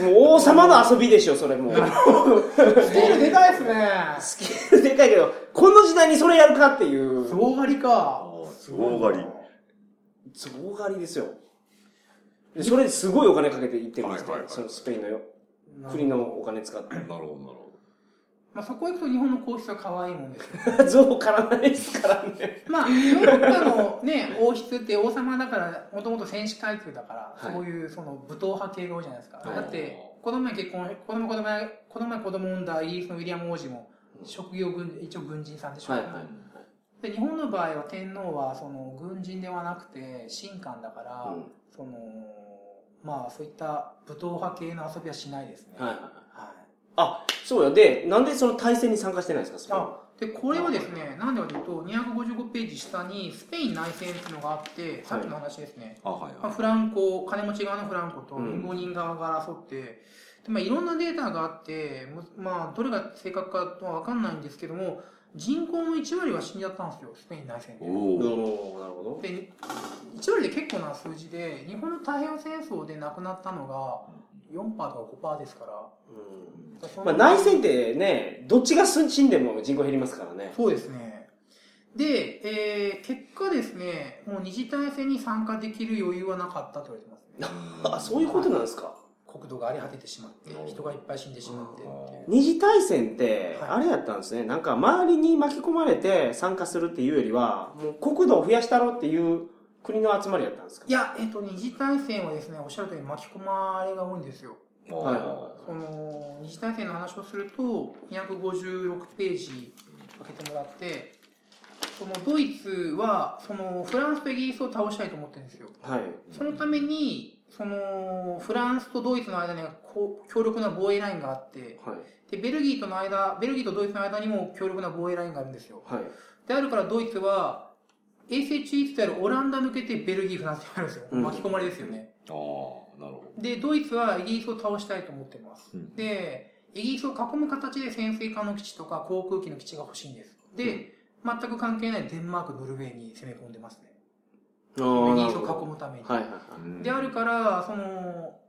[SPEAKER 1] もう王様の遊びでしょ、それもう。
[SPEAKER 2] スケールでかいですね。
[SPEAKER 1] スケールでかいけど、この時代にそれやるかっていう。
[SPEAKER 2] 総狩りか。
[SPEAKER 3] 大狩り。
[SPEAKER 1] 象狩りですよ。でそれすごいお金かけて行ってるんですね、
[SPEAKER 3] はいはいはい
[SPEAKER 1] そのスペインのよ国のお金使って。
[SPEAKER 3] なるほど、なるほ
[SPEAKER 2] まあ、そこ行くと日本の皇室は可愛いも んですよ。
[SPEAKER 1] 象からないですからね。
[SPEAKER 2] まあ、ヨーロッパのね、王室って王様だから、もともと戦士階級だから、
[SPEAKER 1] はい
[SPEAKER 2] そういうその武闘派系が多いじゃないですか。
[SPEAKER 3] あー
[SPEAKER 2] だって、この前結婚、この前子供や、この前子供産んだイギリスのウィリアム王子も、職業軍、一応軍人さんでしょ、
[SPEAKER 1] はいは
[SPEAKER 2] で、日本の場合は天皇は、その軍人ではなくて、神官だから、
[SPEAKER 1] うん
[SPEAKER 2] その、まあ、そういった武闘派系の遊びはしないですね。
[SPEAKER 1] はいはい
[SPEAKER 2] はい
[SPEAKER 1] あ、そうや。で、なんでその対戦に参加してないんですか、スペインは
[SPEAKER 2] あでこれはですね、なんでかというと、255ページ下にスペイン内戦っていうのがあって、さっきの話ですね、
[SPEAKER 3] ど。あ、はい
[SPEAKER 2] まあ、
[SPEAKER 3] は
[SPEAKER 2] フランコ、金持ち側のフランコと
[SPEAKER 1] うん
[SPEAKER 2] 貧乏人側が争って、でまあ、いろんなデータがあって、むまあ、どれが正確かは分かんないんですけども、人口の1割は死んじゃったんですよ、スペイン内戦
[SPEAKER 3] い。
[SPEAKER 2] で。
[SPEAKER 1] お
[SPEAKER 3] おお。
[SPEAKER 1] ーなるほど。
[SPEAKER 2] で1割で結構な数字で、日本の太平洋戦争で亡くなったのが4%とか5%ですから
[SPEAKER 1] うん
[SPEAKER 2] だからその。
[SPEAKER 1] まあ、内戦ってね、どっちが死んでも人口減りますからね。
[SPEAKER 2] そうですね。で、えー、結果ですね、もう二次大戦に参加できる余裕はなかったと言われてますね。
[SPEAKER 1] あ、そういうことなんですか。
[SPEAKER 2] 国土が荒れ果ててしまって、人がいっぱい死んでしまってっていう。
[SPEAKER 1] 二次大戦って、
[SPEAKER 2] はい
[SPEAKER 1] あれやったんですね。なんか、周りに巻き込まれて参加するっていうよりは、もう国土を増やしたろっていう国の集まりやったんですか
[SPEAKER 2] いや、えっと、二次大戦はですね、おっしゃる通り巻き込まれが多いんですよ。
[SPEAKER 1] はい
[SPEAKER 3] あ
[SPEAKER 2] その、二次大戦の話をすると、256ページ開けてもらって、そのドイツは、その、フランスとイギリスを倒したいと思ってるんですよ。
[SPEAKER 1] はい。
[SPEAKER 2] そのために、その、フランスとドイツの間にはこう強力な防衛ラインがあって、
[SPEAKER 1] はい。
[SPEAKER 2] で、ベルギーとの間、ベルギーとドイツの間にも強力な防衛ラインがあるんですよ。
[SPEAKER 1] はい。
[SPEAKER 2] であるからドイツは、衛星地域であるオランダ抜けてベルギー、フランスにあるんですよ。
[SPEAKER 1] うん
[SPEAKER 2] 巻き込まれですよね。
[SPEAKER 3] あー、なるほ
[SPEAKER 2] で、ドイツはイギリスを倒したいと思ってます。
[SPEAKER 3] うん
[SPEAKER 2] で、イギリスを囲む形で潜水艦の基地とか航空機の基地が欲しいんです。で、全く関係ないデンマーク、ノルウェーに攻め込んでますね。
[SPEAKER 1] あ
[SPEAKER 2] イギ
[SPEAKER 1] ー
[SPEAKER 2] リ
[SPEAKER 1] な
[SPEAKER 2] ス
[SPEAKER 1] るほど
[SPEAKER 2] を囲むために。
[SPEAKER 1] はいはいは
[SPEAKER 3] ど。
[SPEAKER 2] であるから、その、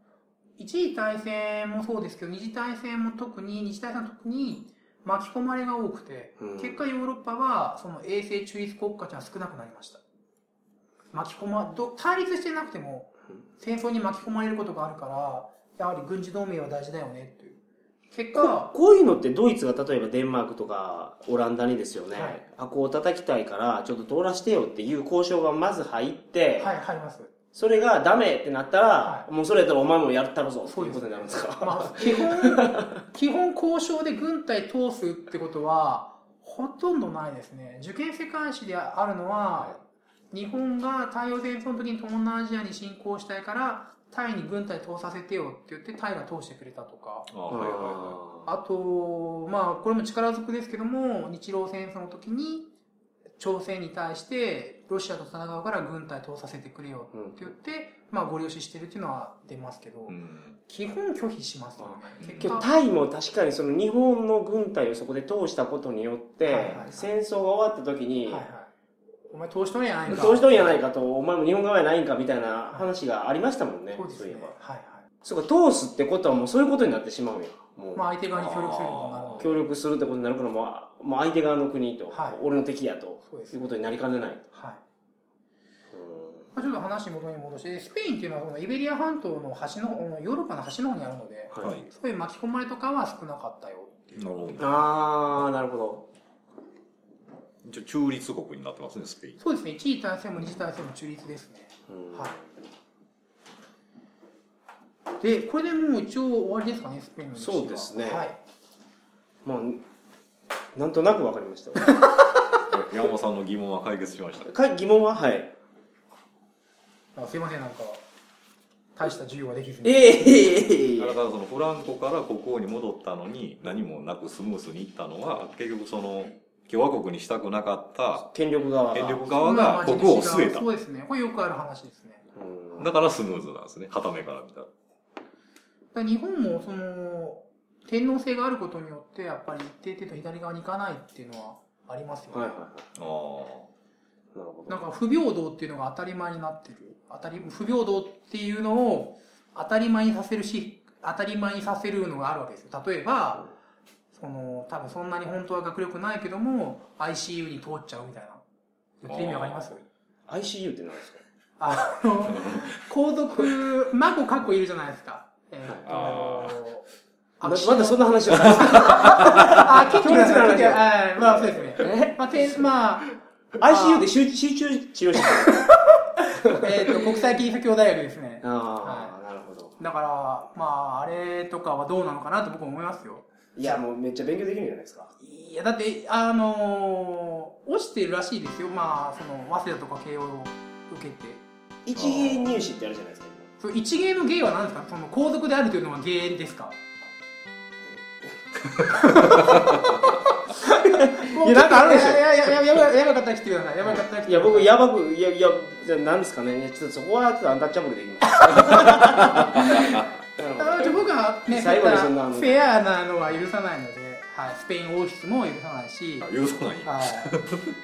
[SPEAKER 2] 一次大戦もそうですけど、二次大戦も特に、二次大戦は特に巻き込まれが多くて、
[SPEAKER 1] うん
[SPEAKER 2] 結果ヨーロッパは、その衛星中立国家じゃ少なくなりました。巻き込ま、ど対立してなくても
[SPEAKER 1] うん、
[SPEAKER 2] 戦争に巻き込まれることがあるから、やはり軍事同盟は大事だよね、っていう。結
[SPEAKER 1] こ
[SPEAKER 2] 果、
[SPEAKER 1] こういうのってドイツが例えばデンマークとかオランダにですよね、
[SPEAKER 2] はい
[SPEAKER 1] あこう叩きたいからちょっと通らしてよっていう交渉がまず入って、
[SPEAKER 2] はい、入ります。
[SPEAKER 1] それがダメってなったら、
[SPEAKER 2] は
[SPEAKER 1] もうそれやったらお前もやったろぞっていうことになるんですか
[SPEAKER 2] まあ、基本、基本交渉で軍隊通すってことは、ほとんどないですね。受験世界史であるのは、日本が太陽戦争の時に東南アジアに侵攻したいから、タイに軍隊通させてよって言ってタイが通してくれたとか。
[SPEAKER 3] あー、はいはいは
[SPEAKER 2] あと、まあ、これも力ずくですけども、日露戦争の時に、朝鮮に対して、ロシアと戦うから軍隊通させてくれよって言って、まあ、ご了承してるっていうのは出ますけど、
[SPEAKER 3] い。うん。
[SPEAKER 2] 基本拒否しますよ
[SPEAKER 3] あ
[SPEAKER 2] ね。結
[SPEAKER 1] 今
[SPEAKER 2] 果
[SPEAKER 1] 日タイも確かにその日本の軍隊をそこで通したことによって、
[SPEAKER 2] はいはいはい
[SPEAKER 1] 戦争が終わった時に、
[SPEAKER 2] はいはい、お前投資とんやないか
[SPEAKER 1] どうしとんや
[SPEAKER 2] い
[SPEAKER 1] ないかと、お前も日本側やないんかみたいな話がありましたもんね。
[SPEAKER 2] そうです
[SPEAKER 1] いえ
[SPEAKER 2] ね
[SPEAKER 1] ば。
[SPEAKER 2] はいはい
[SPEAKER 1] そうか、通すってことはもうそういうことになってしまうよ。もう、
[SPEAKER 2] まあ相手側に協力することになるので
[SPEAKER 1] 協力するってことになるから、もう、もう相手側の国と、
[SPEAKER 2] はい
[SPEAKER 1] 俺の敵やと、
[SPEAKER 2] そうです
[SPEAKER 1] いう
[SPEAKER 2] ね
[SPEAKER 1] ことになりかねない。
[SPEAKER 2] はい、まあ、ちょっと話元に戻してスペインっていうのはそのイベリア半島の端の方ヨーロッパの端の方にあるので
[SPEAKER 1] うん
[SPEAKER 3] はい。
[SPEAKER 2] そういう巻き込まれとかは少なかったよ
[SPEAKER 3] なるほど。
[SPEAKER 1] あー、なるほど。
[SPEAKER 3] じゃあ中立国になってますね、スペイン。
[SPEAKER 2] そうですね1次大戦も2次大戦も中立ですね
[SPEAKER 1] うん
[SPEAKER 2] はいでこれでもう一応終わりですかねスペインの歴史は
[SPEAKER 1] そうですね
[SPEAKER 2] はい
[SPEAKER 1] まあ、なんとなくわかりました。
[SPEAKER 3] 山本さんの疑問は解決しました。
[SPEAKER 1] か疑問ははい。
[SPEAKER 2] あすいませんなんか大した授業ができずに
[SPEAKER 1] ええええ
[SPEAKER 3] だからそのフランコから国王に戻ったのに何もなくスムースにいったのは結局その共和国にしたくなかった
[SPEAKER 1] 権力側が。
[SPEAKER 3] 権力側が国王を据えた
[SPEAKER 2] そうですね。これよくある話ですね。
[SPEAKER 1] うん
[SPEAKER 3] だからスムーズなんですね片目から見た
[SPEAKER 2] だ
[SPEAKER 3] ら
[SPEAKER 2] から日本もその天皇制があることによってやっぱり一定程度左側に行かないっていうのはありますよね。
[SPEAKER 1] はいは
[SPEAKER 3] あ
[SPEAKER 1] なるほ
[SPEAKER 2] な
[SPEAKER 1] ど
[SPEAKER 2] ん。か不平等っていうのが当たり前になってる。当たり、不平等っていうのを当たり前にさせるし、当たり前にさせるのがあるわけですよ。例えば、その、多分そんなに本当は学力ないけども、ICU に通っちゃうみたいな。言ってる意味わかります
[SPEAKER 1] ICU って何ですか
[SPEAKER 2] あの、皇族、孫過去いるじゃないですか。えーっ
[SPEAKER 3] あ
[SPEAKER 1] ま
[SPEAKER 2] と、秋篠
[SPEAKER 1] まだそんな話をさ
[SPEAKER 2] あ、結局、
[SPEAKER 1] 強烈な話
[SPEAKER 2] 結局はいまあそうですね。
[SPEAKER 1] え
[SPEAKER 2] まあ、てまあ、
[SPEAKER 1] ICU で集集中治療室。
[SPEAKER 2] えーっと、国際キリスト教大学ですね。
[SPEAKER 1] ああ、なるほど。
[SPEAKER 2] だから、まあ、あれとかはどうなのかなと僕は思いますよ。
[SPEAKER 1] いや、もうめっちゃ勉強できるんじゃないですか。
[SPEAKER 2] いや、だって、あのー落ちてるらしいですよ。まあ、その、早稲田とか慶応を受けて。
[SPEAKER 1] 一芸入試ってあるじゃないですか。
[SPEAKER 2] その一芸の芸は何ですかその、皇族であるというのは芸です か
[SPEAKER 1] いやなんかあるでしょ
[SPEAKER 2] いやいやいや、やばいやばかったら来てください。やばかったら来てくださ
[SPEAKER 1] いや、僕、やばく、いや、いや、じゃあ何ですかね。ちょっとそこは、ちょっとアンタッチャブルでいきます。なるほど。
[SPEAKER 2] あじゃあ僕はね、
[SPEAKER 1] 最後に
[SPEAKER 2] そ
[SPEAKER 1] そ
[SPEAKER 2] ん
[SPEAKER 1] ん
[SPEAKER 2] な
[SPEAKER 1] な
[SPEAKER 2] フェアなのは許さないので、はい、スペイン王室も許さないし、
[SPEAKER 3] あ許さないんや
[SPEAKER 2] はい、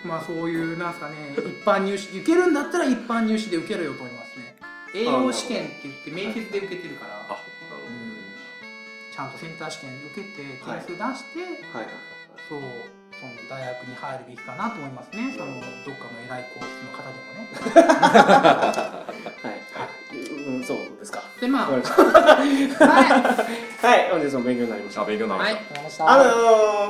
[SPEAKER 2] まあそういう、なんですかね、一般入試、受けるんだったら一般入試で受けろよと思いますね。栄養試験って言って、面接で受けてるから、
[SPEAKER 3] あ
[SPEAKER 2] う
[SPEAKER 3] な
[SPEAKER 2] んちゃんとセンター試験受けて、
[SPEAKER 1] は
[SPEAKER 2] 点
[SPEAKER 1] い
[SPEAKER 2] 数出して、
[SPEAKER 1] はい。
[SPEAKER 2] そう、その大学に入るべきかなと思いますね、そのどっかの偉い皇室の方でもね。
[SPEAKER 1] はい。うん、そうですか。
[SPEAKER 2] で、まあ、
[SPEAKER 1] わか
[SPEAKER 2] は
[SPEAKER 1] り
[SPEAKER 2] い
[SPEAKER 1] ましたはい、本日も勉強になりまし
[SPEAKER 3] る
[SPEAKER 1] た。
[SPEAKER 3] ほどあ勉強になりま
[SPEAKER 2] はい、
[SPEAKER 3] し
[SPEAKER 2] わかりました。
[SPEAKER 1] あのー、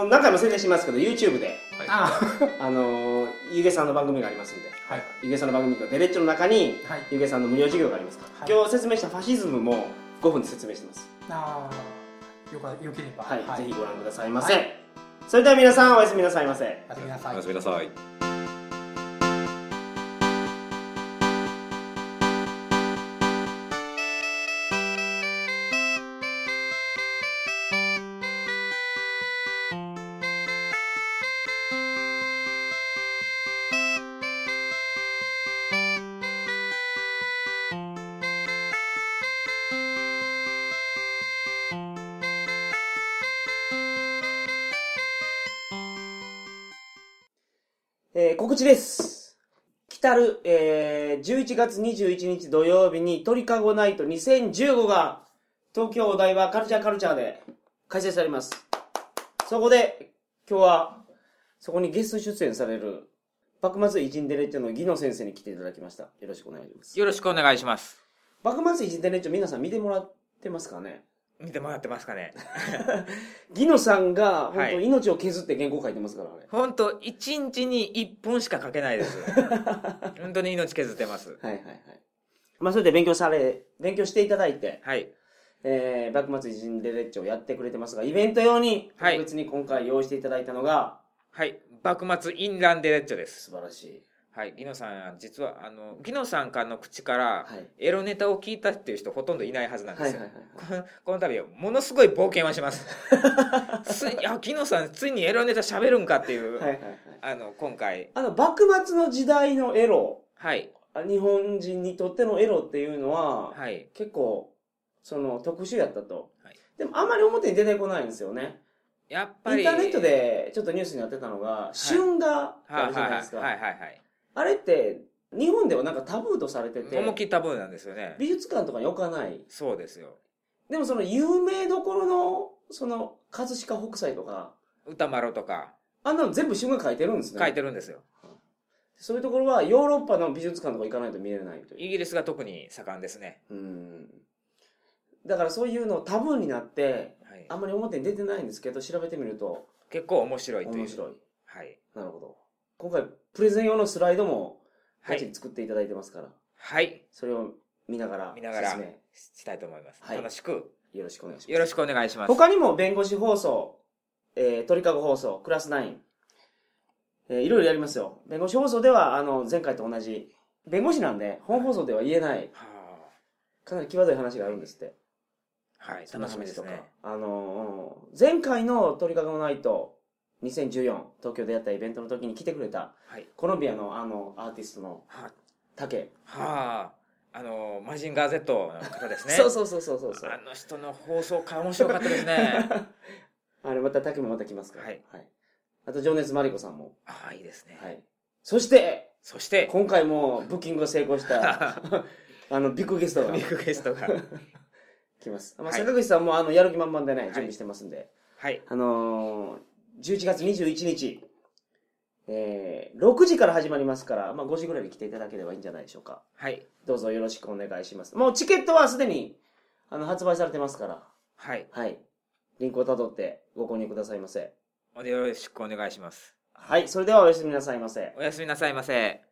[SPEAKER 1] 何回も宣伝しますけど、YouTube で、
[SPEAKER 3] たはい
[SPEAKER 2] あ
[SPEAKER 1] あのー、ゆげさんの番組がありますんで、
[SPEAKER 2] はい、
[SPEAKER 1] ゆげさんの番組とデレッチョの中に、
[SPEAKER 2] はい、
[SPEAKER 1] ゆげさんの無料授業がありますから、
[SPEAKER 2] はい
[SPEAKER 1] 今日説明したファシズムも5分で説明してます。
[SPEAKER 2] ああ、よか、よければ、
[SPEAKER 1] はい、ぜひご覧くださいま
[SPEAKER 2] は
[SPEAKER 1] せ。それでは皆さん、おやすみなさいませ。
[SPEAKER 2] やってくださ
[SPEAKER 3] お
[SPEAKER 2] い
[SPEAKER 3] や。すみなさい
[SPEAKER 1] えー告知です。来たる、えー11月21日土曜日に鳥かごナイト2015が東京お台場カルチャーカルチャーで開催されます。そこで、今日は、そこにゲスト出演される、幕末偉人デレッチョの技能先生に来ていただきました。よろしくお願いします。
[SPEAKER 4] よろしくお願いします。
[SPEAKER 1] 幕末偉人デレッチョ皆さん見てもらってますかね
[SPEAKER 4] 見てもらってますかね。
[SPEAKER 1] 技能さんが、本
[SPEAKER 4] は
[SPEAKER 1] 当
[SPEAKER 4] い
[SPEAKER 1] 命を削って原稿書いてますから、あれ。
[SPEAKER 4] ほんと、一日に一本しか書けな いです。本当に命削ってます。
[SPEAKER 1] はいはいはい。まあ、それで勉強され、勉強していただいて、
[SPEAKER 4] はい。
[SPEAKER 1] えー、幕末偉人デレッチをやってくれてますが、イベント用に、
[SPEAKER 4] はい
[SPEAKER 1] 特別に今回用意していただいたのが、
[SPEAKER 4] はい。幕末インランデレッチョです。
[SPEAKER 1] 素晴らしい。
[SPEAKER 4] はい。ギノさん、実は、あの、ギノさんからの口から、
[SPEAKER 1] はい。
[SPEAKER 4] エロネタを聞いたっていう人ほとんどいないはずなんで
[SPEAKER 1] はい
[SPEAKER 4] す
[SPEAKER 1] はい
[SPEAKER 4] よ。
[SPEAKER 1] はい。
[SPEAKER 4] このこの度、ものすごい冒険はします。ついに、あ、ギノさん、ついにエロネタ喋るんかっていう、
[SPEAKER 1] はいはいはい。
[SPEAKER 4] あの、今回、
[SPEAKER 1] あの、幕末の時代のエロ、
[SPEAKER 4] はい。
[SPEAKER 1] あ日本人にとってのエロっていうのは、
[SPEAKER 4] はい。
[SPEAKER 1] 結構、その、特殊やったと。
[SPEAKER 4] はい
[SPEAKER 1] でも、あんまり表に出てこないんですよね。
[SPEAKER 4] やっ
[SPEAKER 1] イ
[SPEAKER 4] ぱり、
[SPEAKER 1] ンターネットで、ちょっとニュースになってたのが、
[SPEAKER 4] い
[SPEAKER 1] 春画って
[SPEAKER 4] は
[SPEAKER 1] あ
[SPEAKER 4] い、
[SPEAKER 1] るじゃ
[SPEAKER 4] はい
[SPEAKER 1] ない
[SPEAKER 4] はい
[SPEAKER 1] です
[SPEAKER 4] はい
[SPEAKER 1] か。
[SPEAKER 4] はいはい。
[SPEAKER 1] あれって、日本ではなんかタブーとされてて、
[SPEAKER 4] 思いっきりタブーなんですよね。
[SPEAKER 1] 美術館とかに置かない。
[SPEAKER 4] そうですよ。
[SPEAKER 1] でもその有名どころの、その、葛飾北斎とか、
[SPEAKER 4] 歌丸とか
[SPEAKER 1] あんなの全部瞬間書いてるんですね。
[SPEAKER 4] 書いてるんですよ。
[SPEAKER 1] そういうところはヨーロッパの美術館とか行かないと見れないという。
[SPEAKER 4] イギリスが特に盛んですね。
[SPEAKER 1] うん。だからそういうのタブーになって、
[SPEAKER 4] はい
[SPEAKER 1] あ、んまり表に出てないんですけど、調べてみると
[SPEAKER 4] 結構面白いという。
[SPEAKER 1] 面白い。
[SPEAKER 4] はい。
[SPEAKER 1] なるほど。今回、プレゼン用のスライドも、
[SPEAKER 4] は
[SPEAKER 1] ガチ
[SPEAKER 4] い。
[SPEAKER 1] に作っていただいてますから、
[SPEAKER 4] はい。
[SPEAKER 1] それを見ながら、
[SPEAKER 4] 見ながら
[SPEAKER 1] 説明
[SPEAKER 4] したいと思います。
[SPEAKER 1] はい
[SPEAKER 4] 楽しく、
[SPEAKER 1] よろしくお願いします。
[SPEAKER 4] よろしくお願いします。
[SPEAKER 1] 他にも弁護士放送、えー、鳥かご放送、クラス9、えーいろいろやりますよ。弁護士放送では、あの、前回と同じ、弁護士なんで、本放送では言えない、
[SPEAKER 4] は
[SPEAKER 1] かなり際どい話があるんですって。
[SPEAKER 4] あはい。
[SPEAKER 1] その
[SPEAKER 4] 楽
[SPEAKER 1] 話
[SPEAKER 4] しみですね。
[SPEAKER 1] あのー、前回の鳥かごナイト、2014、東京でやったイベントの時に来てくれた、
[SPEAKER 4] はい。
[SPEAKER 1] コロンビアのあの、アーティストの
[SPEAKER 4] は
[SPEAKER 1] 竹。
[SPEAKER 4] あ、はあ、あの、マジンガー Z の方です ね。
[SPEAKER 1] そうそうそうそうそうそう
[SPEAKER 4] あ。の人の放送回面白かったで すね。
[SPEAKER 1] あれ、また竹もまた来ますから。
[SPEAKER 4] はい。
[SPEAKER 1] あと、情熱マリコさんも。
[SPEAKER 4] ああ、いいですね。
[SPEAKER 1] はい。そして、
[SPEAKER 4] そして
[SPEAKER 1] 今回もブッキングが成功した あのビッグゲストが
[SPEAKER 4] ビッグゲストが
[SPEAKER 1] 来ます、まあ、
[SPEAKER 4] はい
[SPEAKER 1] 坂口さんもあのやる気満々でね
[SPEAKER 4] い
[SPEAKER 1] 準備してますんで、
[SPEAKER 4] はい
[SPEAKER 1] あのー、11月21日、えー、6時から始まりますから、まあ、5時ぐらいに来ていただければいいんじゃないでしょうか
[SPEAKER 4] はい
[SPEAKER 1] どうぞよろしくお願いしますもうチケットはすでにあの発売されてますから
[SPEAKER 4] はい
[SPEAKER 1] はいリンクをたどってご購入くださいませ
[SPEAKER 4] よろしくお願いします
[SPEAKER 1] はいそれではおやすみなさいませ
[SPEAKER 4] おやすみなさいませ